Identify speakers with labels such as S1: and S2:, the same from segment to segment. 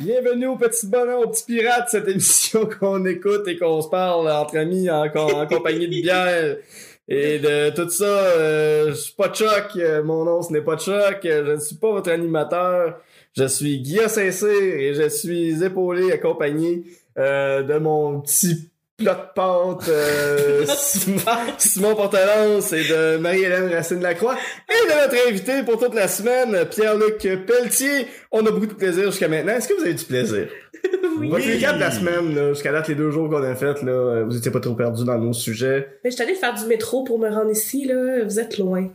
S1: bienvenue au Petit Bonheur, au Petit Pirate, cette émission qu'on écoute et qu'on se parle entre amis en, co- en compagnie de bière. Et de tout ça, euh, je suis pas Chuck, euh, mon nom ce n'est pas Chuck, euh, je ne suis pas votre animateur, je suis Guillaume Saint-Cyr et je suis épaulé, accompagné euh, de mon petit plat de pâte euh, Simon, Simon Portelance et de Marie-Hélène Racine-Lacroix et de notre invité pour toute la semaine, Pierre-Luc Pelletier. On a beaucoup de plaisir jusqu'à maintenant. Est-ce que vous avez du plaisir?
S2: Oui.
S1: Votre récap de la semaine, là, jusqu'à date, les deux jours qu'on a fait, là, euh, vous étiez pas trop perdus dans nos sujets.
S2: Mais je suis allée faire du métro pour me rendre ici, là. Vous êtes loin.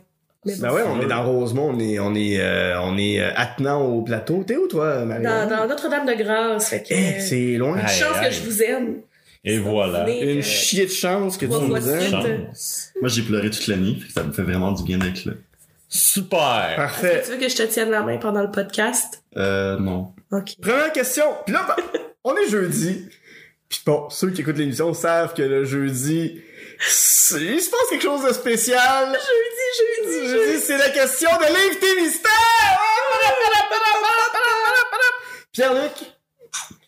S2: Mais
S1: Ben ouais, on est dans Rosemont, on est, on est, euh, on est euh, attenant au plateau. T'es où, toi, marie
S2: dans, Ah. dans Notre-Dame-de-Grâce. Fait que. euh,
S1: Eh, c'est loin.
S2: une
S3: Aïe,
S2: chance
S3: aïe.
S2: que je vous aime.
S3: Et voilà.
S2: Venez,
S1: Une
S2: euh,
S1: chier de chance que tu
S2: trois
S1: nous
S2: fois de
S1: aimes.
S2: suite.
S3: Chance.
S4: Moi, j'ai pleuré toute la nuit, fait que ça me fait vraiment du bien d'être là.
S3: Super.
S1: Parfait.
S2: Tu veux que je te tienne la main pendant le podcast?
S4: Euh, non.
S2: Ok.
S1: Première question. Puis là, on est jeudi. Puis bon, ceux qui écoutent l'émission savent que le jeudi, c'est- il se passe quelque chose de spécial.
S2: Jeudi, jeudi, jeudi.
S1: Jeudi, c'est la question de livre tes mystères. Pierre-Luc,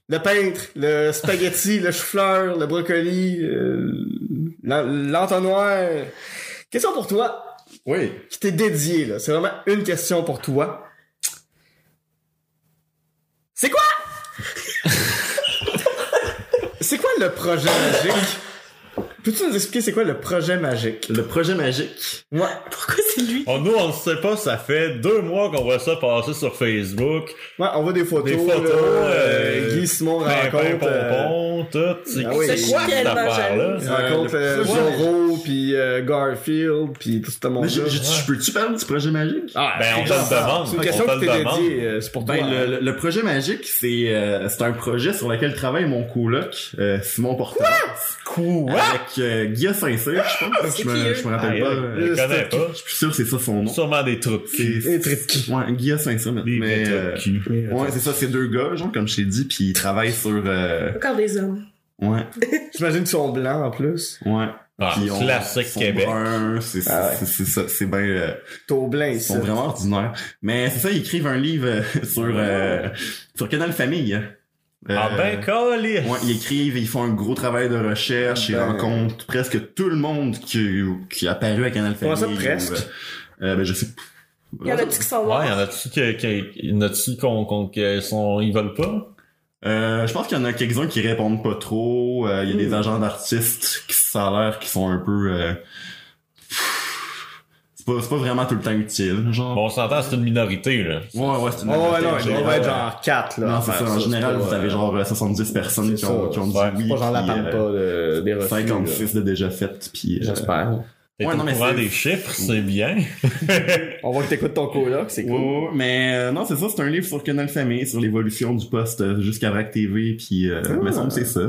S1: le peintre, le spaghetti, le chou-fleur, le brocoli, euh, l'en- l'entonnoir. Question pour toi
S4: Oui.
S1: qui t'est dédiée, là. C'est vraiment une question pour toi. C'est quoi? c'est quoi le projet magique? Peux-tu nous expliquer c'est quoi le projet magique?
S4: Le projet magique.
S1: Ouais.
S2: Pourquoi c'est lui?
S3: On, Oh, nous, on ne sait pas, ça fait deux mois qu'on voit ça passer sur Facebook.
S1: Ouais, on voit des photos.
S3: Des photos,
S1: là,
S3: euh,
S1: Guy Simon
S3: Pin, pin,
S1: rencontre. euh,
S3: pompon, tout. C'est
S1: ah oui.
S3: c'est quoi
S2: Je suis
S3: cette
S2: tellement
S3: affaire-là?
S1: il
S2: jalouse.
S1: rencontre
S4: Euh,
S1: euh,
S4: le projet-
S1: Zorro, puis euh, Garfield, puis tout ce
S4: Mais
S1: monde-là.
S4: j'ai- j'ai- je peux-tu parler du projet magique?
S1: Ah,
S3: Ben, on te
S1: c'est-
S3: le demande.
S1: C'est une
S3: On
S1: question
S3: te
S1: qui
S3: le
S1: t'est
S3: demande.
S1: dédiée. euh, C'est pour toi.
S4: Ben, le, le- le projet magique, c'est euh, c'est un projet sur lequel travaille mon coloc, euh, Simon Portelance.
S3: Quoi?
S4: Avec euh, Guillaume Saint-Cyr, je pense.
S2: C'est
S4: Je me,
S2: qui,
S4: je me
S3: Ah,
S4: rappelle
S3: je
S4: pas.
S3: le
S1: euh,
S3: connais pas.
S4: Je suis sûr que c'est ça son nom.
S3: Sûrement des trucs.
S4: C'est...
S1: Des trucs qui-
S4: Ouais, Guillaume Saint-Cyr, mais...
S3: Des
S4: mais,
S3: trucs
S4: euh,
S3: qui-
S4: Ouais, c'est ça, c'est deux gars, genre, comme je t'ai dit, puis ils travaillent sur... euh,
S2: Encore des hommes.
S4: Ouais,
S1: J'imagine qu'ils sont blancs, en plus.
S4: ouais.
S3: Ah,
S4: Puis on-
S3: classique
S4: ils sont
S3: Québec.
S4: bruns, C'est c'est-
S1: Ah ouais.
S4: c'est- c'est ça, c'est bien... euh,
S1: T'es au blanc,
S4: Ils
S1: ici.
S4: sont vraiment ordinaires. Mais c'est ça, ils écrivent un livre euh, sur, euh, sur Canal Famille. Euh,
S3: Ah ben, colis.
S4: ouais, ils écrivent, ils font un gros travail de recherche, ils
S1: Ben.
S4: rencontrent presque tout le monde qui, qui est apparu à Canal
S1: Comment
S4: Famille.
S1: ça, presque?
S4: Ou, euh, euh, ben, je sais
S2: Il y en a-tu qui sont
S3: Ouais, y en
S2: noirs?
S3: a-tu que, que, y en a-tu qu'on, qu'on, qu'ils sont, ils veulent pas?
S4: Euh, je pense qu'il y en a quelques-uns qui répondent pas trop. Euh, Il y a
S1: Hmm.
S4: des agents d'artistes qui, ça a l'air, qui sont un peu... euh, c'est pas, c'est pas vraiment tout le temps utile, genre.
S3: Bon, on s'entend, c'est une minorité, là.
S4: Ouais, ouais, c'est une
S1: Oh, ouais, non,
S4: en
S1: il doit
S4: général.
S1: être genre 4, là.
S4: Non, c'est
S1: à
S4: ça.
S1: faire
S4: En général,
S1: c'est pas,
S4: vous avez
S1: euh,
S4: genre euh, 70 personnes qui
S1: c'est
S4: ont,
S1: ça,
S4: qui ont dit
S3: ouais,
S4: oui.
S1: C'est pas genre la
S4: puis,
S1: pampa
S4: euh,
S1: de, des refus.
S4: 56 de déjà fait, puis...
S1: là.
S4: euh,
S1: euh, J'espère.
S3: T'es
S4: Ouais,
S3: au
S4: non, mais
S3: courant
S4: c'est-
S3: des chiffres, c'est bien.
S1: On voit que t'écoutes ton coloc, c'est
S4: ouais,
S1: cool.
S4: ouais, mais euh, non, c'est ça, c'est un livre sur Canal Famille, sur l'évolution du poste euh, jusqu'à VRAC TV, puis euh,
S1: Ah.
S4: me semble que c'est ça.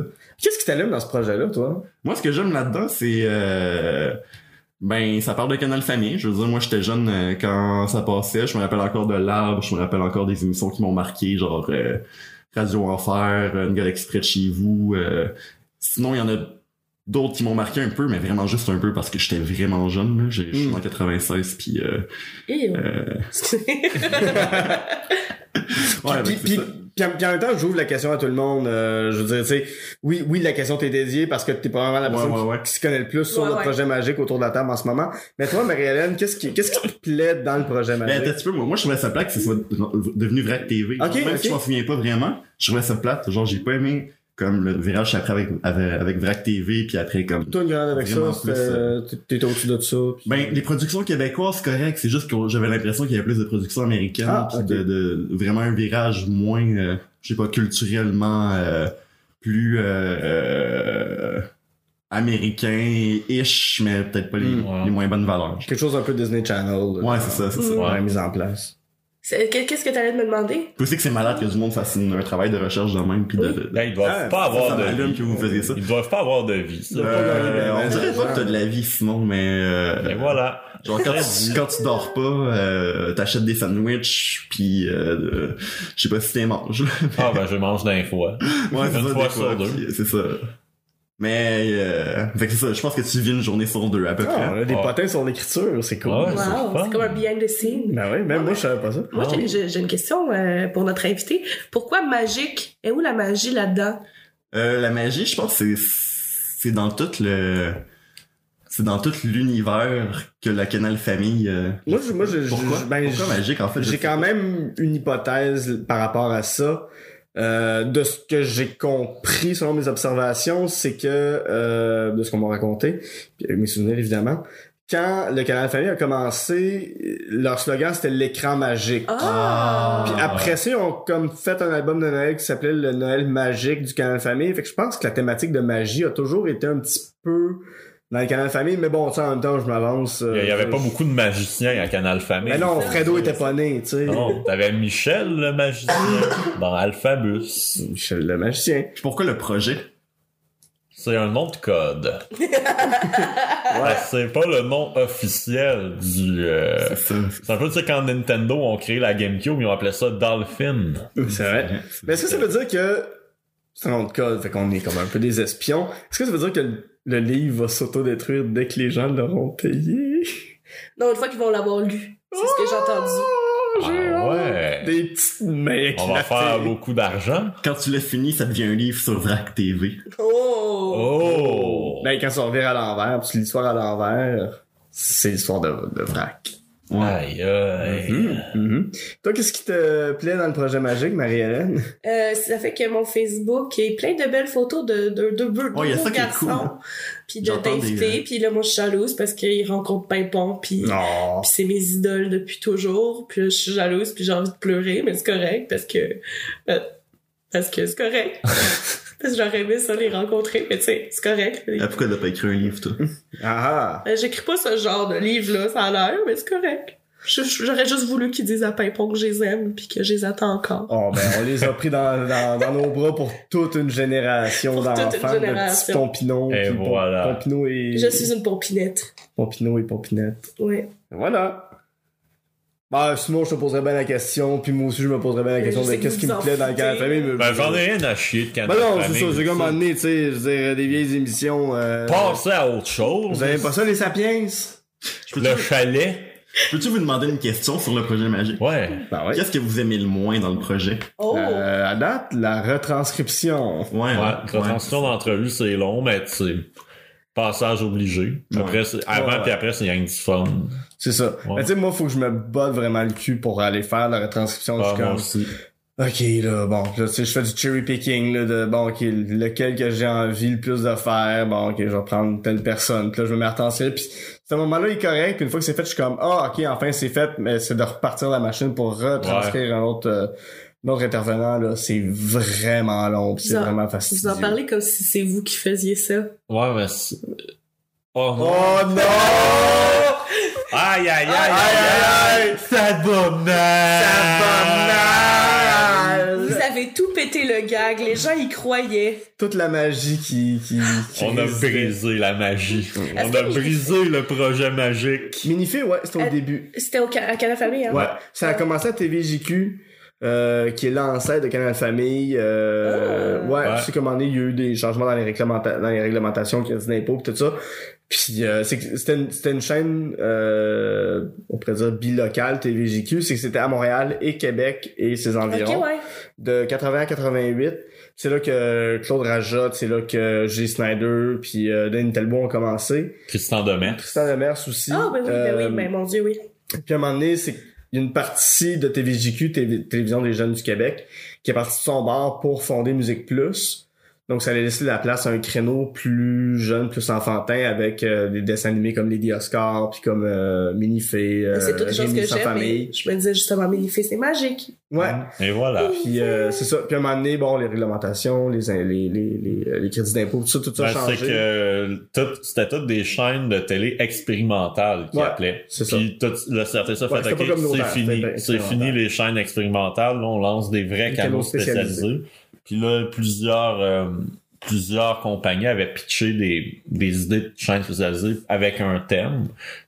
S1: Qu'est-ce qui t'allume dans ce projet-là, toi?
S4: Moi, ce que j'aime là-dedans, c'est... euh, ben, ça parle de Canal Famille. Je veux dire, moi, j'étais jeune euh, quand ça passait. Je me rappelle encore de L'Arbre, je me rappelle encore des émissions qui m'ont marqué, genre euh, Radio Enfer, euh, Une galaxie près de chez vous. euh. Sinon, il y en a d'autres qui m'ont marqué un peu, mais vraiment juste un peu parce que j'étais vraiment jeune. là. J'ai- Je suis
S1: Mm.
S4: en 96, puis... euh,
S2: Ew.
S4: euh, ouais,
S1: puis,
S4: ben, c'est
S1: puis,
S4: ça.
S1: puis en- puis en même temps, j'ouvre la question à tout le monde. euh, je veux dire, tu sais, oui, oui, la question t'est dédiée parce que t'es probablement la
S4: Ouais,
S1: personne
S4: ouais,
S1: qui-
S4: ouais.
S1: qui se connaît le plus sur
S2: Ouais,
S1: le
S2: ouais.
S1: projet magique autour de la table en ce moment. Mais toi, Marie-Hélène, qu'est-ce qui, qu'est-ce qui te plaît dans le projet
S4: Ben, attends un
S1: magique?
S4: petit peu, moi, moi, je trouvais ça plate que ce soit de- devenu VRAC TV.
S1: Ok,
S4: Genre, même
S1: ok.
S4: si je m'en souviens pas vraiment, je trouvais ça plate. Genre, j'ai pas aimé, comme, le virage après avec, avec, avec VRAC TV, puis après, comme...
S1: Toi, une grande avec ça,
S4: Vraiment
S1: c'était-
S4: plus, euh,
S1: t'es- t'es au-dessus de ça. puis-
S4: Ben, les productions québécoises, c'est correct. C'est juste que j'avais l'impression qu'il y avait plus de productions américaines,
S1: Ah,
S4: puis
S1: ok.
S4: de, de- vraiment un virage moins, euh, je sais pas, culturellement euh, plus euh, euh, américain-ish, mais peut-être pas les,
S1: Mm.
S3: Ouais.
S4: les moins bonnes valeurs.
S1: Quelque chose un peu Disney Channel.
S4: Ouais, c'est ça, c'est ça.
S2: Mm.
S1: Ouais, mise en place.
S2: C'est- euh, Qu'est-ce que t'allais me demander?
S4: Tu sais que c'est malade que du monde fasse une- un travail de recherche de même, puis de... de-
S3: Là, Ben, ils doivent
S1: Ah,
S3: pas
S4: ça,
S3: avoir
S4: Euh, ça
S3: de
S4: m'allume
S3: vie.
S4: que vous faisiez ça.
S3: Ils doivent pas avoir de vie. ça.
S4: Euh, on dirait
S1: Ouais.
S4: pas que t'as de la vie, Simon, mais... euh,
S3: Et voilà.
S4: Genre quand tu, quand tu dors pas, euh, t'achètes des sandwichs puis euh, de- je sais pas si t'es manges.
S3: Ah ben je mange d'un fois.
S4: Ouais,
S3: Une fois
S4: des
S3: sur deux.
S4: puis, euh, C'est ça. Mais, euh, fait que c'est ça, je pense que tu vis une journée sur deux à peu
S1: Ah, on
S4: près.
S1: a des
S3: Ah.
S1: potins sur l'écriture, c'est cool.
S3: Ah ouais. c'est
S2: Wow,
S3: fun.
S2: c'est comme un behind the scenes.
S1: Ben oui, même moi, je savais pas ça.
S2: Moi, j'ai- j'ai j'ai une question euh, pour notre invité. Pourquoi magique? Et où la magie là-dedans?
S4: Euh, la magie, je pense que c'est, c'est dans tout le, c'est dans tout l'univers que la Canal Famille, euh,
S1: Moi, je- moi, je- je-
S4: pourquoi?
S1: ben,
S4: Pourquoi
S1: je-
S4: magique, en fait? je
S1: J'ai
S4: sais
S1: quand même une hypothèse par rapport à ça. Euh, de ce que j'ai compris selon mes observations, c'est que euh, de ce qu'on m'a raconté, puis, euh, mes souvenirs évidemment, quand le canal Famille a commencé, leur slogan c'était l'écran magique.
S2: Ah!
S1: Puis après ça, ils ont comme fait un album de Noël qui s'appelait le Noël magique du Canal Famille. Fait que je pense que la thématique de magie a toujours été un petit peu dans le Canal Famille, mais bon, ça en même temps, je m'avance. euh,
S3: Il y avait pas
S1: je-
S3: beaucoup de magiciens à Canal Famille.
S1: Mais non, Fredo était pas né, tu sais.
S3: Non, t'avais Michel le magicien dans Alphabus.
S1: Michel le magicien.
S4: pas. Pourquoi le projet?
S3: C'est un nom de code. Ouais, c'est pas le nom officiel du. euh,
S4: C'est ça.
S3: C'est un peu tu sais quand Nintendo ont créé la GameCube, ils ont appelé ça Dolphin.
S1: C'est vrai. Mais est-ce que Ben, ça veut dire que. C'est un nom de code, fait qu'on est comme un peu des espions. Est-ce que ça veut dire que le- le livre va s'autodétruire dès que les gens l'auront payé?
S2: Non, une fois qu'ils vont l'avoir lu. C'est ce que j'ai entendu.
S3: Ah
S1: Oh, J'ai
S3: ouais.
S1: hâte. Des petites mains
S3: On va
S1: éclatées.
S3: faire beaucoup d'argent.
S4: Quand tu l'as fini, ça devient un livre sur VRAC TV.
S2: Oh!
S3: Oh!
S1: Ben, quand ça revient à l'envers, parce que l'histoire à l'envers, c'est l'histoire de, de vrac.
S3: Aïe, aïe.
S1: Ben, Mhm. Toi, qu'est-ce qui te plaît dans le projet magique, Marie-Hélène?
S2: Euh, ça fait que mon Facebook est plein de belles photos de de, de, beaux- de
S4: Oh, il y a
S2: beaux
S4: ça qui est
S2: garçons.
S4: cool.
S2: Puis de
S4: J'entends des- euh,
S2: d'invités. Puis là, moi, je suis jalouse parce qu'ils rencontrent Pimpon. Puis...
S1: Non.
S2: Puis c'est mes idoles depuis toujours. Puis là, je suis jalouse, puis j'ai envie de pleurer, mais c'est correct parce que. euh, parce que c'est correct. parce que j'aurais aimé ça les rencontrer, mais tu sais, c'est correct.
S4: Ah, pourquoi t'as pas écrit un livre, toi?
S1: Ah ah.
S2: Euh, J'écris pas ce genre de livre-là, ça a l'air, mais c'est correct. Je- je- J'aurais juste voulu qu'ils disent à Pimpon que je les aime, puis que je les attends encore.
S1: Oh, ben, on les a pris dans, dans, dans nos bras pour toute une génération
S2: Pour toute une
S1: d'enfants, de petits
S2: génération.
S1: Pompinon.
S3: Et
S1: puis Pom-
S3: voilà.
S1: Pompino et...
S2: Je suis une pompinette.
S1: Pompino et Pompinette.
S2: Ouais.
S1: Voilà. Bah, sinon, je te poserais bien la question, puis moi aussi, je me poserais bien la
S2: Mais
S1: question
S2: je
S1: de
S2: sais que
S1: qu'est-ce qui
S2: vous
S1: me
S2: en
S1: plaît dans le canal
S2: foutez.
S1: famille. mais-
S3: Ben, j'en ai rien à chier de Canal
S1: Ben non, c'est
S3: Famille,
S1: ça, c'est comme
S3: ça.
S1: un moment donné, tu sais, je veux dire, des vieilles émissions. euh,
S3: Passez à autre chose.
S1: Vous aimez pas ça, les sapiens?
S4: Je peux-tu-
S3: Le chalet.
S4: Peux-tu vous demander une question sur le projet magique?
S3: Ouais.
S1: Ben oui.
S4: Qu'est-ce que vous aimez le moins dans le projet?
S2: Oh!
S1: Euh, à date, la retranscription.
S4: Ouais,
S3: Ouais,
S4: hein? Ouais.
S3: retransmission d'entrevue, c'est long, mais c'est passage obligé.
S4: Ouais.
S3: Après, c'est-
S1: Ouais,
S3: avant
S1: ouais.
S3: puis après, c'est rien que du fun.
S1: C'est ça.
S3: Ouais.
S1: Mais tu sais, moi, faut que je me botte vraiment le cul pour aller faire la retranscription.
S3: Ah,
S1: jusqu'à...
S3: moi aussi.
S1: Ok, là, bon, là, tu sais, je fais du cherry picking, là, de, bon, ok, lequel que j'ai envie le plus de faire, bon, ok, je vais prendre telle personne, puis là, je me mets à retranscrire, puis ce moment-là, il est correct, puis une fois que c'est fait, je suis comme, ah, ok, enfin, c'est fait, mais c'est de repartir la machine pour retranscrire un autre, euh, un autre intervenant, là, c'est vraiment long, puis c'est
S2: Vous en-
S1: vraiment
S2: vous
S1: fastidieux.
S2: en parlez comme si c'est vous qui faisiez ça.
S3: Ouais, mais c'est... Oh, non.
S1: Oh non!
S3: Aïe, aïe,
S1: Aïe,
S3: aïe,
S1: aïe, aïe!
S3: Ça va mal!
S1: Ça va
S2: Vous
S1: mal!
S2: avez tout pété le gag, les gens y croyaient.
S1: Toute la magie qui... qui, qui
S3: On a
S1: résistait.
S3: brisé la magie. On
S2: que
S3: a
S2: les-
S3: brisé le projet magique.
S1: Minifé, ouais, c'était au
S2: Euh,
S1: début.
S2: C'était au ca- à Canal Famille, hein?
S1: Ouais. Ça a commencé à TVJQ, euh, qui est l'ancêtre de Canal Famille. Euh,
S2: Ah.
S1: Ouais,
S3: Ouais.
S1: je sais comment on est, il y a eu des changements dans les, réglementa- dans les réglementations, qu'il y a des impôts, pis tout ça. Puis euh, c'est que c'était une, c'était une chaîne, euh, on pourrait dire bilocale, TVJQ, c'est que c'était à Montréal et Québec et ses environs
S2: Ok, ouais.
S1: de 80 à 88. C'est là que Claude Rajot, c'est là que J. Snyder, puis euh, Danny Talbot ont commencé.
S3: Tristan Demet.
S1: Tristan Lemers aussi.
S2: Ah, ben oui, ben
S1: Euh,
S2: oui, ben mon Dieu, oui.
S1: puis à un moment donné, c'est il y a une partie de TVJQ, TV Télévision des Jeunes du Québec, qui est partie de son bar pour fonder Musique Plus. Donc, ça allait laisser de la place à un créneau plus jeune, plus enfantin, avec euh, des dessins animés comme Lady Oscar, puis comme euh, Minifée, euh,
S2: c'est toutes les choses
S1: Rémi
S2: que
S1: sans
S2: j'aime, mais
S1: famille.
S2: je me disais justement, Minifé, c'est magique.
S1: Ouais.
S3: Et voilà.
S1: Puis euh, c'est ça. Puis à un moment donné, bon, les réglementations, les les les les, euh, les, les crédits d'impôt, tout ça, tout ça a
S3: Ben,
S1: changé.
S3: c'est que tout- c'était toutes des chaînes de télé expérimentales qui
S1: Ouais,
S3: appelaient.
S1: c'est ça.
S3: Puis tout le certain ça
S1: Ouais,
S3: fait
S1: c'était pas
S3: OK,
S1: comme nos
S3: c'est
S1: mères,
S3: fini.
S1: c'était
S3: C'est fini
S1: expérimental.
S3: les chaînes expérimentales. Là, on lance des vrais
S1: Des
S3: canaux
S1: canaux spécialisés.
S3: spécialisés. Puis là, plusieurs euh, plusieurs compagnies avaient pitché des, des idées de chaînes spécialisées avec un thème.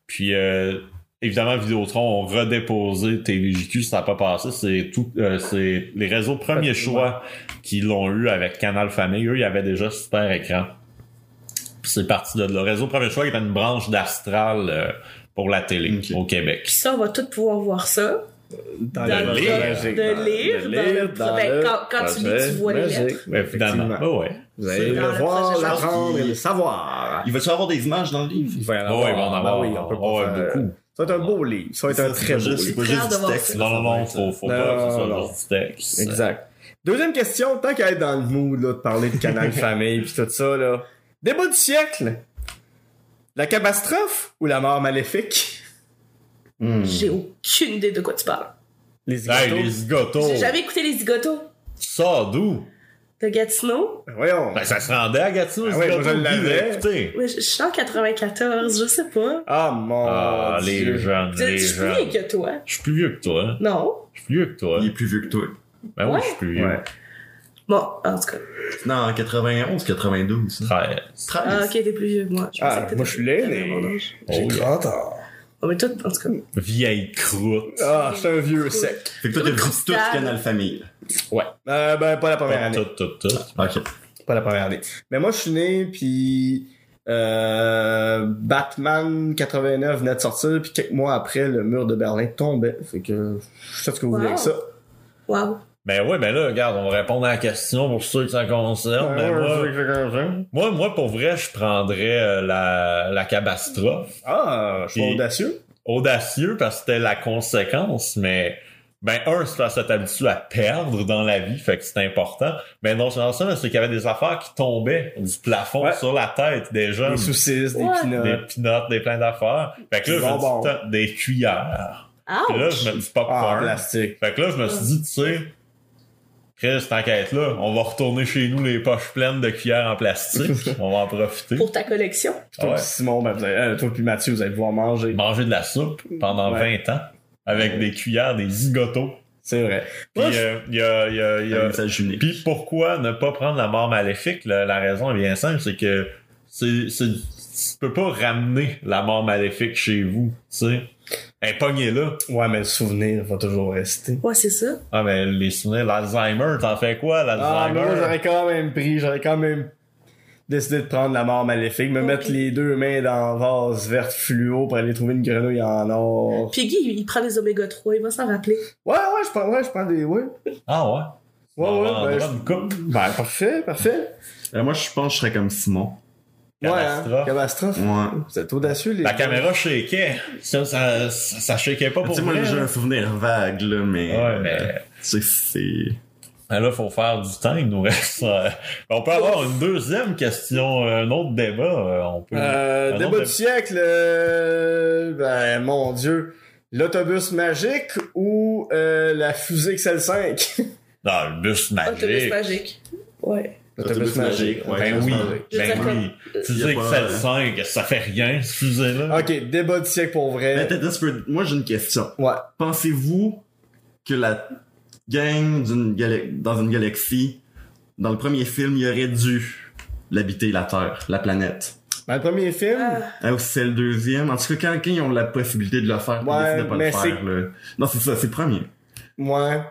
S3: Puis euh, évidemment, Vidéotron ont redéposé TVJQ, ça n'a pas passé. C'est tout euh, c'est les réseaux premiers
S1: Ouais.
S3: choix qui l'ont eu avec Canal Famille. Eux, il y avait déjà super écran. c'est parti de là. Réseau Premier Choix qui était une branche d'Astral euh, pour la télé
S4: Ok.
S3: au Québec.
S2: Puis ça, on va tout pouvoir voir ça.
S1: Dans
S3: le
S1: le
S3: livre.
S1: magique,
S2: De
S1: dans-
S2: lire,
S1: de
S2: dans le- ben,
S1: le
S2: quand- quand tu lis,
S1: projet
S2: tu vois les
S1: magique.
S2: lettres.
S3: Ben, Évidemment.
S1: Effectivement.
S3: ouais.
S1: Vous allez
S2: C'est dans
S1: le
S2: le
S1: voir,
S2: projet
S1: l'apprendre
S4: magique.
S1: et le savoir.
S4: Il va y avoir des images dans le livre?
S1: Il va y en
S3: Ouais, il va en avoir.
S1: Ben oui, on peut pas
S3: Ouais,
S1: faire-
S3: beaucoup.
S1: Ça va être un beau livre. Ça va être
S4: Ça,
S1: un très beau
S4: pas juste-
S1: livre.
S4: C'est pas
S2: J'ai hâte
S4: juste
S2: de
S4: du
S2: voir
S4: texte.
S2: ça.
S3: Non,
S4: là,
S3: non, non,
S4: ça va
S3: faut,
S4: être,
S3: faut
S1: Non,
S3: pas que ce soit
S1: non.
S3: genre du texte.
S1: Exact. Deuxième question, tant qu'à être dans le mood là, de parler de canal famille puis tout ça, là. Débat du siècle! La catastrophe ou la mort maléfique?
S4: euh, hmm.
S2: J'ai aucune idée de quoi tu parles.
S1: Les
S3: Hey,
S1: gâteaux.
S3: les zigotos!
S1: Oh.
S2: J'ai jamais écouté les zigotos
S3: Ça, d'où?
S2: de Gatineau.
S1: Voyons.
S3: Ben, ça se rendait à Gatineau, les
S1: Ah ouais, moi,
S3: zigotos.
S1: je l'avais.
S3: Écoutez.
S2: Mais je je suis en 94, je sais pas.
S1: Ah mon
S3: Ah,
S1: Dieu.
S3: les jeunes,
S2: Tu-
S3: les
S2: Je suis plus vieille
S3: jeunes.
S2: que toi.
S3: Je suis plus vieux que toi. hein.
S2: Non.
S3: Je suis plus vieux que toi.
S4: Il est plus vieux que toi.
S3: Ben oui, je suis plus vieux.
S1: Ouais.
S2: Bon, en tout cas.
S4: Non, 91, 92. ça.
S3: 13.
S4: 13.
S2: Ah, ok, t'es plus vieux que moi. Je pensais
S1: Ah,
S2: que t'étais
S1: moi, je suis
S2: plus vieux.
S1: l'aîné.
S2: T'avais mon âge.
S1: J'ai
S3: Oh,
S1: 30 ans.
S2: On mais toi, en tout cas.
S3: Vieille croûte.
S1: Ah, je suis un vieux sec.
S4: Fait que toi, t'as vu tout
S2: Croustade.
S4: Canal Famille.
S1: Ouais. Euh, ben, pas la première année.
S3: Tout, tout, tout.
S4: Ok.
S1: Pas la première année. Mais moi, je suis né, puis euh, Batman 89 venait de sortir, puis quelques mois après, le mur de Berlin tombait. Fait que je sais ce que vous voulez avec ça.
S2: Wow.
S3: Ben ouais, ben là, regarde, on va répondre à la question pour ceux qui s'en concernent. Ben moi, moi, moi, pour vrai, je prendrais euh, la, la cabastrophe.
S1: Ah, je suis
S3: Et-
S1: audacieux.
S3: Audacieux parce que c'était la conséquence, mais ben un, c'est parce que t'habitues à perdre dans la vie, fait que c'est important. Mais non seulement ça, mais c'est qu'il y avait des affaires qui tombaient du plafond
S1: Ouais.
S3: sur la tête des
S1: Des
S3: jeunes.
S1: saucisses, des
S2: Ouais.
S1: peanuts.
S3: Des pinottes, des plein d'affaires. Fait que là,
S1: Des
S3: je me dis
S1: bonbons.
S3: tout le temps, des cuillères. Puis là, je
S2: Ouch!
S3: me dis pas
S1: Ah, en plastique.
S3: Fait que là, je me suis dit, tu sais, Chris, cette enquête-là, on va retourner chez nous les poches pleines de cuillères en plastique. on va en profiter.
S2: Pour ta collection.
S1: Puis Toi,
S3: Ouais.
S1: puis Simon, ben, vous allez- euh, toi puis Mathieu, vous allez pouvoir manger.
S3: Manger de la soupe pendant
S1: Ouais.
S3: 20 ans avec des cuillères, des zigotos.
S1: C'est vrai.
S3: Puis,
S1: Moi, je-
S3: euh, il y a- il y a- il y a-
S4: Un message unique.
S3: euh, Puis pourquoi ne pas prendre la mort maléfique? La, la raison est bien simple, c'est que c'est, c'est- tu peux pas ramener la mort maléfique chez vous, tu sais. Elle est pognée là.
S1: euh, Ouais, mais le souvenir va toujours rester.
S2: Ouais, c'est ça.
S3: Ah, mais les souvenirs, l'Alzheimer, t'en fais quoi,
S1: Ah, mais moi,
S3: l'Alzheimer?
S1: j'aurais quand même pris, j'aurais quand même décidé de prendre la mort maléfique, me
S2: Ok.
S1: mettre les deux mains dans un vase verte fluo pour aller trouver une grenouille en or.
S2: Puis Guy, il prend des oméga 3, il va s'en rappeler.
S1: Ouais, ouais, je prends, ouais, je prends des, ouais.
S3: ah ouais?
S1: Ouais,
S3: On
S1: ouais,
S3: va en
S1: ben,
S3: prendre une coupe.
S1: je- ben, parfait, parfait.
S4: Euh, moi, je pense que je serais comme Simon.
S1: Ouais, hein.
S3: Catastrophe.
S1: Catastrophe.
S4: Ouais.
S1: Vous êtes audacieux, les
S3: La
S1: gars.
S3: caméra shakeait. Ça, ça, ça, ça shakeait pas
S4: Ah, Tu
S3: pour
S4: sais, moi,
S3: vrai,
S4: j'ai
S3: là.
S4: un souvenir vague, là, mais.
S3: Ouais,
S4: euh,
S3: mais
S4: Tu sais, c'est.
S3: mais là, faut faire du temps. Il nous reste. euh, on peut avoir une deuxième question, un autre débat. euh, on peut.
S1: Euh,
S3: Un
S1: débat
S3: autre
S1: du
S3: dé-
S1: siècle, euh, ben, mon dieu. L'autobus magique ou euh, la fusée XL5?
S3: Non, Ah, le bus magique.
S2: Autobus Ah, magique. Ouais.
S4: L'autobus magique, ouais.
S3: Ben
S1: L'autobus
S3: oui,
S1: magique.
S2: Je
S3: ben
S2: sais
S3: oui. Tu
S4: Y a
S3: sais que
S4: pas-
S3: c'est le 5, ça fait rien, ce fusée-là.
S1: Ok, débat du siècle pour
S4: Mais
S3: Euh,
S1: vrai.
S4: attends, attends, tu peux- Moi, j'ai une question.
S1: Ouais.
S4: Pensez-vous que la gang d'une gala- dans une galaxie, dans le premier film, il aurait dû l'habiter, la Terre, la planète?
S1: Dans le premier film,
S2: Ah,
S4: Ah, ou si c'est le deuxième? En tout cas, quand, quand ils ont la possibilité de le faire, ils
S1: Ouais,
S4: décident de pas
S1: mais
S4: le faire, là. Non, c'est ça, c'est le premier.
S1: ouais.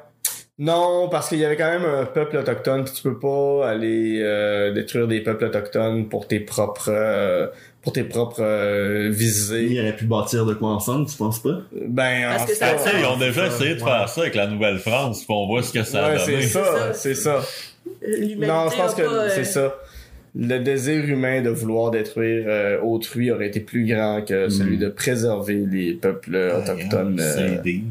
S1: Non, parce qu'il y avait quand même un peuple autochtone, puis tu peux pas aller euh, détruire des peuples autochtones pour tes propres euh, pour tes propres euh,
S4: Ils
S1: visées.
S4: auraient pu bâtir de quoi ensemble, tu penses pas?
S1: Ben
S2: Parce
S1: en
S2: que
S1: fait-
S2: ça-
S3: Tu sais, ils ont déjà
S4: Ouais.
S3: essayé de faire ça avec la Nouvelle-France, puis on voit ce que ça a
S1: Ouais,
S3: donné.
S1: c'est ça, c'est ça.
S2: l'humanité.
S1: Non, je pense
S2: a
S1: que
S2: pas, euh,
S1: c'est ça. Le désir humain de vouloir détruire euh, autrui aurait été plus grand que celui de préserver les peuples autochtones. euh.
S3: Hmm. Ah, Ben, C'est des-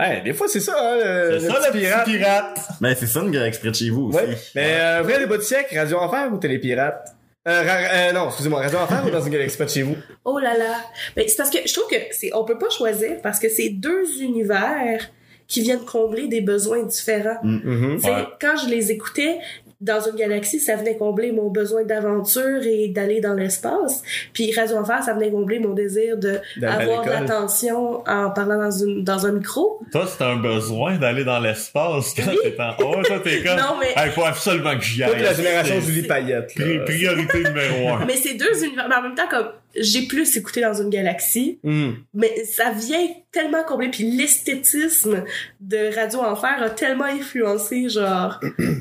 S1: Ben, des fois, c'est ça, hein, le,
S3: C'est ça, le
S1: pirate.
S3: petit pirate.
S4: Mais c'est ça, une galaxie près de chez vous aussi.
S1: Ouais. Mais euh, vrai débat du siècle, Radio Enfer ou Télépirate? Euh, ra- euh, non, excusez-moi, Radio Enfer ou dans une galaxie pas de chez vous?
S2: Oh là là. Ben, c'est parce que je trouve que c'est, on peut pas choisir parce que c'est deux univers qui viennent combler des besoins différents. Tu sais,
S3: Ouais.
S2: Quand je les écoutais dans une galaxie, ça venait combler mon besoin d'aventure et d'aller dans l'espace. Puis Radio Enfer, ça venait combler mon désir de
S1: D'aller à
S2: avoir de
S1: l'école.
S2: l'attention en parlant dans, une, dans un micro.
S3: Toi, c'est un besoin d'aller dans l'espace quand t'es en haut. Toi, t'es comme.
S2: Non, mais-
S3: Hey, faut absolument que j'y aille.
S1: Toute la génération
S3: C'est-
S1: Julie Payette. là.
S3: pri- Priorité numéro un.
S2: Mais c'est deux univers. Mais en même temps, comme j'ai plus écouté dans une galaxie,
S1: Hmm.
S2: mais ça vient tellement combler, puis l'esthétisme de Radio Enfer a tellement influencé, genre,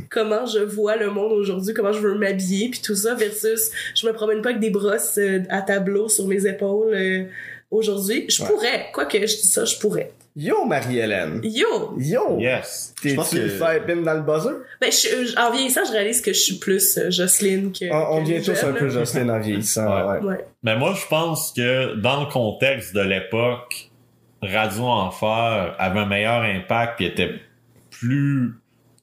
S2: comment je vois le monde aujourd'hui, comment je veux m'habiller, puis tout ça, versus je me promène pas avec des brosses euh, à tableau sur mes épaules euh, aujourd'hui. Je
S1: Ouais.
S2: pourrais, quoi que je dis ça, je pourrais.
S1: Yo, Marie-Hélène.
S2: Yo!
S1: Yo.
S3: Yes.
S4: Je
S1: T'es-tu
S4: pense que-
S1: le faire pin dans le buzzer?
S2: Ben, je- je- en vieillissant, je réalise que je suis plus euh, Jocelyne que.
S1: On, on
S2: que
S1: vient tous un
S2: Michel,
S1: peu
S2: là.
S1: Jocelyne en vieillissant. Ouais.
S2: Ouais.
S3: Mais moi, je pense que dans le contexte de l'époque, Radio Enfer avait un meilleur impact puis était plus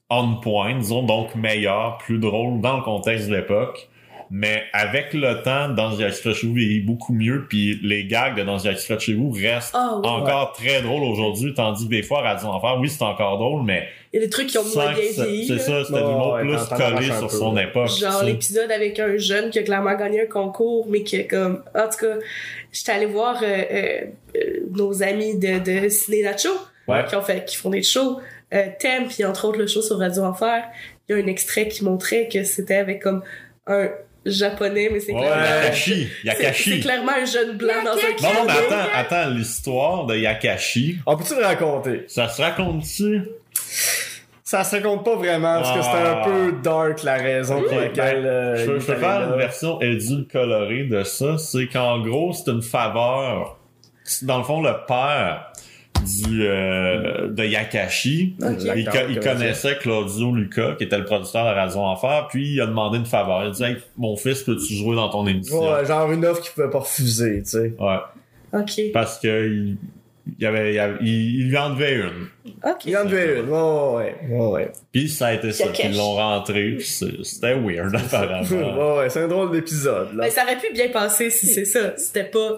S3: on point, disons, donc meilleur, plus drôle dans le contexte de l'époque. Mais avec le temps, Dans Jack chez vous est beaucoup mieux, puis les gags de Dans Jack chez vous restent
S2: Ah ouais.
S3: encore très drôles aujourd'hui, tandis que des fois, Radio Enfer, oui, c'est encore drôle, mais
S2: Il y a des trucs qui ont moins
S3: sans que
S2: bien
S3: ça-
S2: vieilli.
S3: c'est
S2: là.
S3: ça, c'était
S1: Ouais,
S3: du mot
S1: ouais,
S3: plus
S1: t'entends
S3: collé
S1: marcher un
S3: sur
S1: peu,
S3: son
S1: ouais.
S3: époque.
S2: Genre
S3: tu sais.
S2: l'épisode avec un jeune qui a clairement gagné un concours, mais qui est comme. En tout cas, j'étais allée voir euh, euh, euh, nos amis de, de Ciné Nacho,
S3: Ouais.
S2: qui, ont fait, qui font des shows, euh, Thème, puis entre autres le show sur Radio Enfer. Il y a un extrait qui montrait que c'était avec comme un japonais, mais c'est
S3: Ouais,
S2: clairement.
S3: Yakashi,
S2: c'est- C'est
S3: Yakashi.
S2: clairement un jeune blanc dans un
S3: Non, non, mais attends, attends, l'histoire de Yakashi,
S1: On peut-tu le raconter?
S3: ça se raconte-tu?
S1: Ça se raconte pas vraiment, parce que c'était
S3: Ah.
S1: un peu dark la raison pour
S3: Ok,
S1: laquelle.
S3: ben,
S1: euh,
S3: je,
S1: il
S3: je peux
S1: est
S3: faire
S1: allé
S3: une
S1: là.
S3: version édulcorée de ça. C'est qu'en gros, c'est une faveur. Dans le fond, le père du euh, de Yakashi,
S2: Ah,
S1: Ok.
S3: il, co- il connaissait Claudio Luca, qui était le producteur de Radio Enfer, puis il a demandé une faveur. Il dit hey, mon fils, peux-tu jouer dans ton émission? Ouais.
S1: Ouais, genre une offre qu'il pouvait pas refuser, tu sais.
S2: Ok.
S3: parce que il, il avait, il, avait- il- il lui enlevait une.
S2: Ok.
S1: Il en devait une, ouais, ouais, ouais, ouais.
S3: Puis ça a été ça.
S2: Yakashi.
S3: Puis ils l'ont rentré. puis c'est- C'était weird, apparemment.
S1: Ouais, ouais, c'est un drôle d'épisode, là.
S2: Mais Ben, ça aurait pu bien passer si c'est ça. C'était pas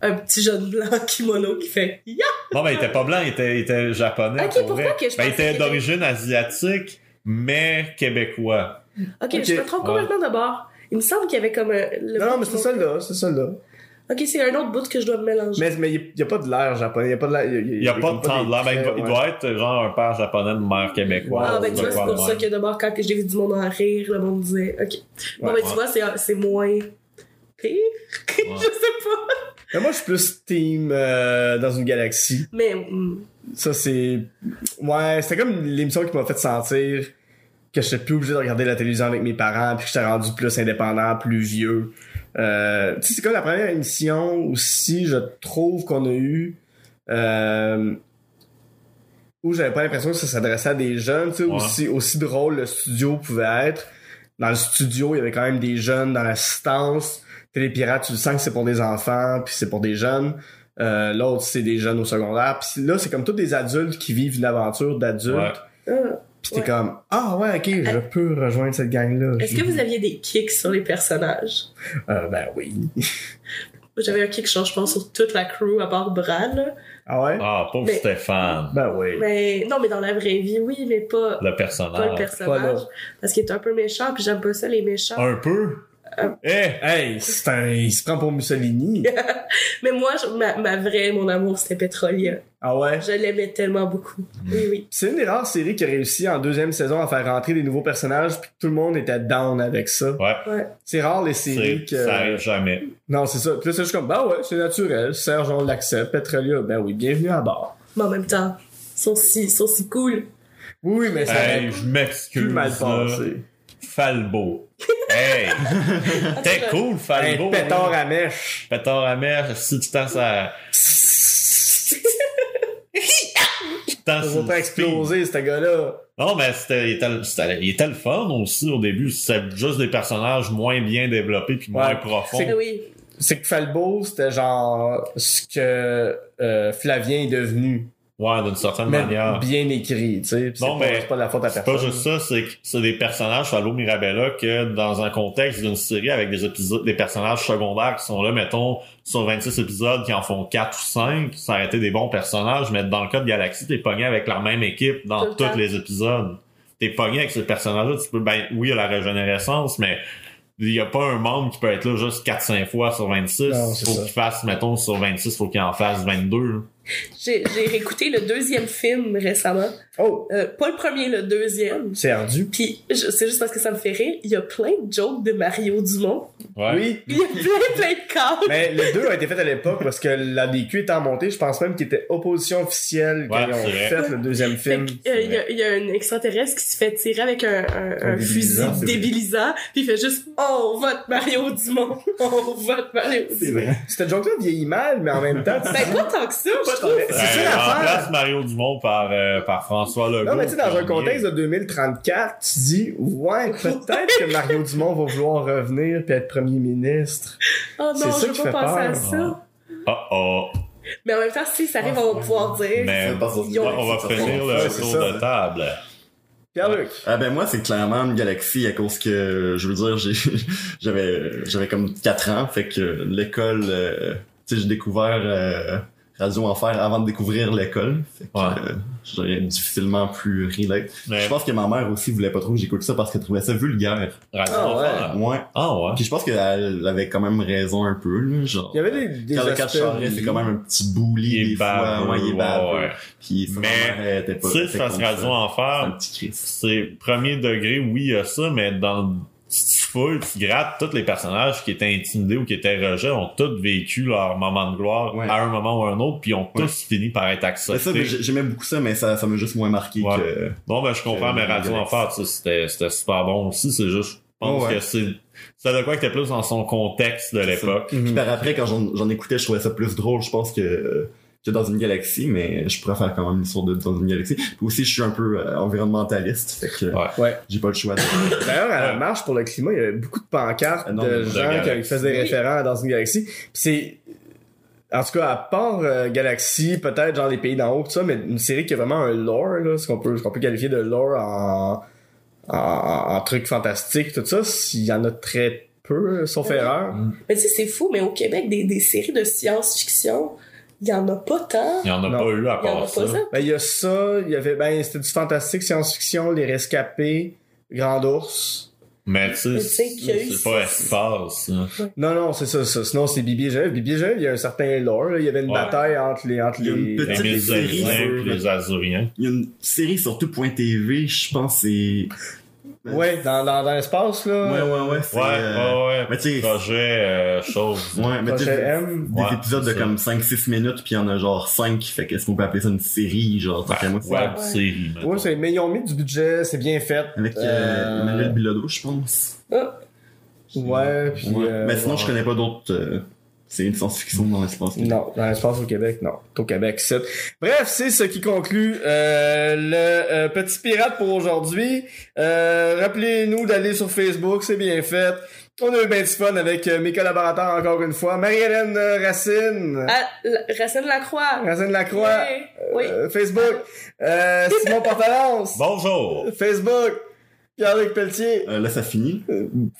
S2: un petit jeune blanc kimono qui fait Ya!
S3: Non, mais ben, il était pas blanc, il était, il était japonais.
S2: Ok,
S3: pour
S2: pourquoi
S3: vrai.
S2: que je
S3: Ben, il
S2: pensais
S3: était
S2: qu'il
S3: d'origine asiatique, mais québécois.
S2: Ok,
S1: Ok.
S2: je me trompe complètement de bord. Il me semble qu'il y avait comme un. le-
S1: Non, non, mais c'est celle-là, c'est celle-là.
S2: Ok, c'est un autre bout que je dois me mélanger.
S1: Mais, mais il n'y a pas de l'air japonais, il n'y a pas de l'air.
S3: Il n'y a pas de temps de là. Ben, il, doit- il doit être genre un père japonais, une mère québécoise.
S2: ah, ben tu
S3: de
S2: vois, c'est
S3: quoi de
S2: pour ça
S3: même.
S2: que de bord, quand que j'ai vu du monde en rire, le monde disait Ok. bon,
S1: Ouais,
S2: ben
S3: ouais.
S2: tu vois, c'est, c'est moins pire. je sais pas.
S1: Mais moi, je suis plus team euh, dans une galaxie.
S2: Mais. hum,
S1: Ça, c'est. Ouais, c'était comme l'émission qui m'a fait sentir que je n'étais plus obligé de regarder la télévision avec mes parents, puis que j'étais rendu plus indépendant, plus vieux. Euh, tu sais, c'est comme la première émission aussi, je trouve, qu'on a eu. Euh, où j'avais pas l'impression que ça s'adressait à des jeunes, tu sais,
S3: Ouais.
S1: aussi, aussi drôle le studio pouvait être. Dans le studio, il y avait quand même des jeunes dans l'assistance. Télépirate, tu le sens que c'est pour des enfants, puis c'est pour des jeunes. Euh, L'autre, c'est des jeunes au secondaire. Puis là, c'est comme tous des adultes qui vivent une aventure d'adultes.
S3: Ouais.
S2: ah.
S1: Puis t'es
S2: Ouais. Euh,
S1: comme, ah ouais, ok, je peux rejoindre cette gang-là.
S2: Est-ce que vous aviez des kicks sur les personnages?
S1: Euh, ben oui.
S2: Moi, J'avais un kick, genre, je pense, sur toute la crew à part Brad, là.
S1: Ah ouais?
S3: Ah, pauvre
S2: Mais-
S3: Stéphane,
S1: Ben oui.
S2: Mais non, mais dans la vraie vie, oui, mais pas,
S3: le
S2: pas le
S3: personnage.
S2: personnage.
S1: Pas là.
S2: Parce qu'il est un peu méchant, puis j'aime pas ça, les méchants.
S3: un peu?
S2: Euh.
S3: Eh!
S1: Hey, c'est un... il se prend pour Mussolini.
S2: Mais moi, je- ma, ma vraie, mon amour, c'était Pétrolien.
S1: ah ouais?
S2: Je l'aimais tellement beaucoup.
S1: Mm.
S2: Oui, oui.
S1: C'est une des rares séries qui a réussi en deuxième saison à faire rentrer des nouveaux personnages, puis que tout le monde était down avec ça.
S3: Ouais.
S1: C'est rare les séries
S3: C'est-
S1: que.
S3: Ça arrive jamais.
S1: Non, c'est ça. Puis là, c'est juste comme, bah ouais, c'est naturel. Serge, on l'accepte. Petrolia, ben oui, bienvenue à bord.
S2: Mais en même temps, ils sont si, ils sont si cool.
S1: Oui, mais ça
S3: Hey,
S1: m'a
S3: je
S1: plus
S3: m'excuse.
S1: mal
S3: là.
S1: passé.
S3: Falbo. Hey! T'es cool,
S1: Hey,
S3: Falbo.
S1: pétard à mèche.
S3: Pétard à mer, si tu t'en ça. Tu t'en
S1: Ça va
S3: sur
S1: pas
S3: le speed.
S1: exploser, ce gars-là.
S3: Non, mais c'était, il, était, c'était- il était le fun aussi au début. C'était juste des personnages moins bien développés puis moins
S1: Ouais.
S3: profonds.
S2: Mais oui.
S1: C'est que Falbo, c'était genre ce que euh, Flavien est devenu.
S3: Ouais, d'une certaine
S1: Mais
S3: manière.
S1: bien écrit, tu sais. Puis C'est
S3: Ah, Non,
S1: pas,
S3: mais
S1: c'est pas de la faute à
S3: C'est pas
S1: personne.
S3: juste ça, c'est que c'est des personnages Fallo Mirabella que dans un contexte d'une série avec des épisodes, des personnages secondaires qui sont là, mettons, sur 26 épisodes qui en font 4 ou 5, ça aurait été des bons personnages, mais dans le cas de Galaxy, t'es pogné avec la même équipe dans
S2: Tout le
S3: tous
S2: temps.
S3: les épisodes. T'es pogné avec ce personnage-là, tu peux, ben oui, il y a la régénérescence, mais il y a pas un membre qui peut être là juste 4-5 fois sur 26.
S1: Non, c'est
S3: faut
S1: ça.
S3: qu'il fasse, mettons, sur 26, faut qu'il en fasse 22.
S2: J'ai j'ai réécouté le deuxième film récemment.
S1: Oh,
S2: Euh, pas le premier, le deuxième.
S1: c'est ardu.
S2: Puis je- c'est juste parce que ça me fait rire, il y a plein de jokes de Mario Dumont.
S3: Ouais.
S1: Oui.
S2: Il y a plein, plein de câbles.
S1: Mais les deux ont été faits à l'époque parce que la DQ était en montée. Je pense même qu'ils étaient opposition officielle quand
S3: Ouais,
S1: ils ont
S3: c'est vrai.
S1: fait le deuxième film.
S2: Fait que, euh, il y a- il y, a un extraterrestre qui se fait tirer avec un, un- un fusil
S1: débilisant, c'est vrai.
S2: débilisant, puis il fait juste « On vote Mario Dumont! On vote Mario Dumont!
S1: vrai. Cette joke-là vieillit mal, mais en même temps, » tu-
S2: Ben pas tant que ça, je trouve!
S1: C'est ça
S3: Ouais,
S1: l'affaire.
S3: remplace Mario Dumont par, euh, par François Legault.
S1: Non, mais tu sais, dans un
S3: premier.
S1: contexte de 2034, tu dis, ouais, peut-être que Mario Dumont va vouloir revenir puis être premier ministre.
S2: Oh
S1: C'est
S2: non,
S1: ça
S2: je veux
S1: qui
S2: pas penser
S1: fait
S2: à
S1: peur.
S2: ça!
S3: Oh oh.
S2: Mais en même temps, si ça arrive, on va pouvoir dire...
S3: Ah, Mais
S2: Ils ont-
S3: Euh, on va finir le
S1: Ouais, c'est
S3: tour
S1: ça.
S3: de table.
S1: Pierre-Luc.
S4: Ah ben moi c'est clairement une galaxie à cause que euh, je veux dire j'ai j'avais j'avais comme 4 ans fait que l'école euh, tu sais j'ai découvert euh, Radio Enfer avant de découvrir l'école fait que
S3: Ouais.
S4: euh, j'aurais difficilement pu relate.
S3: Mais
S4: Je pense que ma mère aussi voulait pas trop que j'écoute ça parce qu'elle trouvait ça vulgaire.
S3: Radio
S1: Ah, ouais.
S3: Enfer.
S4: Ouais.
S3: Ah ouais.
S4: Puis je pense qu'elle avait quand même raison un peu là, genre.
S1: Il y avait des, des
S4: Quand le
S1: aspects-
S4: quatre charrettes, c'est quand même un petit
S3: Il est
S4: bouli des fois,
S3: baveux,
S4: ouais, il est baveux.
S3: ouais.
S4: Puis ça, ma
S3: Mais,
S4: mère, elle était pas
S3: Tu sais,
S4: était
S3: c'est parce que
S4: contre
S3: Radio
S4: ça. C'est un
S3: Enfer,
S4: petit Christ.
S3: c'est premier degré, oui, il y a ça, mais dans le petit full, tu grattes tous les personnages qui étaient intimidés ou qui étaient rejetés ont tous vécu leur moment de gloire
S4: Ouais.
S3: à un moment ou à un autre, puis ils ont
S4: Ouais.
S3: tous fini par être
S4: C'est ça, mais
S3: acceptés.
S4: j'ai- j'aimais beaucoup ça, mais ça ça m'a juste moins marqué
S3: Ouais.
S4: que.
S3: Non, mais ben, je comprends,
S4: J'ai-
S3: mais Radio
S4: j'ai-
S3: Enfer, tu sais, c'était c'était super bon aussi, c'est juste, je pense
S4: Oh, ouais.
S3: que c'est, c'était de quoi que était plus dans son contexte de
S4: C'est ça.
S3: l'époque.
S1: Mhm.
S4: Puis par après, quand j'en j'en écoutais, je trouvais ça plus drôle, je pense, que, que dans une galaxie, mais je pourrais faire quand même une sorte de dans une galaxie. Puis aussi, je suis un peu euh, environnementaliste, fait que
S3: Ouais.
S1: Ouais.
S4: j'ai pas le choix de.
S1: D'ailleurs, à la
S3: Ouais.
S1: marche pour le climat, il y avait beaucoup de pancartes
S4: Ah non,
S1: de
S4: Euh. de
S1: gens qui
S3: galaxies.
S1: faisaient
S2: Oui.
S1: référent à dans une galaxie. Puis c'est, en tout cas, à part euh, Galaxie, peut-être genre les pays d'en haut, tout ça, mais une série qui a vraiment un lore, là, ce qu'on peut, ce qu'on peut qualifier de lore en, en, en truc fantastique, tout ça, s'il y en a très peu, euh, sauf
S2: Ouais.
S1: erreur.
S2: Mais tu sais, c'est fou, mais au Québec, des, des séries de science-fiction, il y en a pas tant.
S3: Il n'y en a
S1: Non.
S3: pas eu à
S2: Il y en a
S3: part
S2: pas
S3: ça.
S2: ça.
S1: Ben, il y a ça, il y avait, ben, c'était du fantastique, science-fiction, les rescapés, Grand Ours.
S3: Mais tu sais,
S2: Mais tu sais qu'il y a eu
S3: c'est pas espace. hein.
S1: Non, non, c'est ça, ça. Sinon, c'est Bibi et Geneviève. Bibi et Geneviève, il y a un certain lore, là. Il y avait une
S3: Ouais.
S1: bataille entre les, entre
S4: Il y a une
S1: les,
S4: petite
S3: Les
S4: Petite série
S3: Mésoriens
S4: sur-
S3: puis les Azuriens.
S4: Il y a une série sur tout.tv, je pense, c'est.
S1: Ouais, dans, dans, dans l'espace,
S4: Ouais,
S1: là.
S4: ouais, ouais. c'est,
S3: Ouais,
S4: euh,
S3: ouais, ouais.
S4: Mais tu sais,
S3: Projet, euh, chose.
S4: ouais, mais tu
S1: Projet
S4: sais,
S1: M.
S4: des
S3: Ouais,
S4: épisodes
S3: c'est
S4: de
S3: ça.
S4: comme 5-6 minutes, puis il y en a genre 5, fait qu'est-ce qu'on peut appeler ça une série, genre, tant qu'à moi, c'est-
S3: Web série, mettons.
S1: Ouais, c'est- mais ils ont mis du budget, c'est bien fait.
S4: Avec euh,
S1: Euh,
S4: Emmanuel Bilodeau, je pense.
S2: Ah,
S1: Ouais, puis.
S4: Ouais.
S1: euh,
S4: mais sinon,
S1: ouais.
S4: je connais pas d'autres. euh, c'est une science-fiction dans l'espace.
S1: Non, dans l'espace au Québec, non. Au Québec, c'est. Bref, c'est ce qui conclut euh, le euh, petit pirate pour aujourd'hui. Euh, Rappelez-nous d'aller sur Facebook, c'est bien fait. On a eu bien du fun avec euh, mes collaborateurs encore une fois. Marie-Hélène euh, Racine.
S2: ah, la- Racine Lacroix.
S1: Racine Lacroix.
S2: Ouais, Oui.
S1: Euh, Facebook. Euh, Simon Portalance.
S3: Bonjour!
S1: Facebook. Pierre-Luc Pelletier.
S4: Euh, là, ça finit.
S1: Facebook.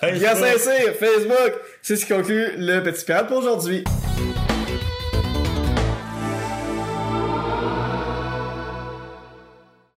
S2: Facebook.
S1: Bien sincère, Facebook, c'est ce qui conclut le petit pirate pour aujourd'hui.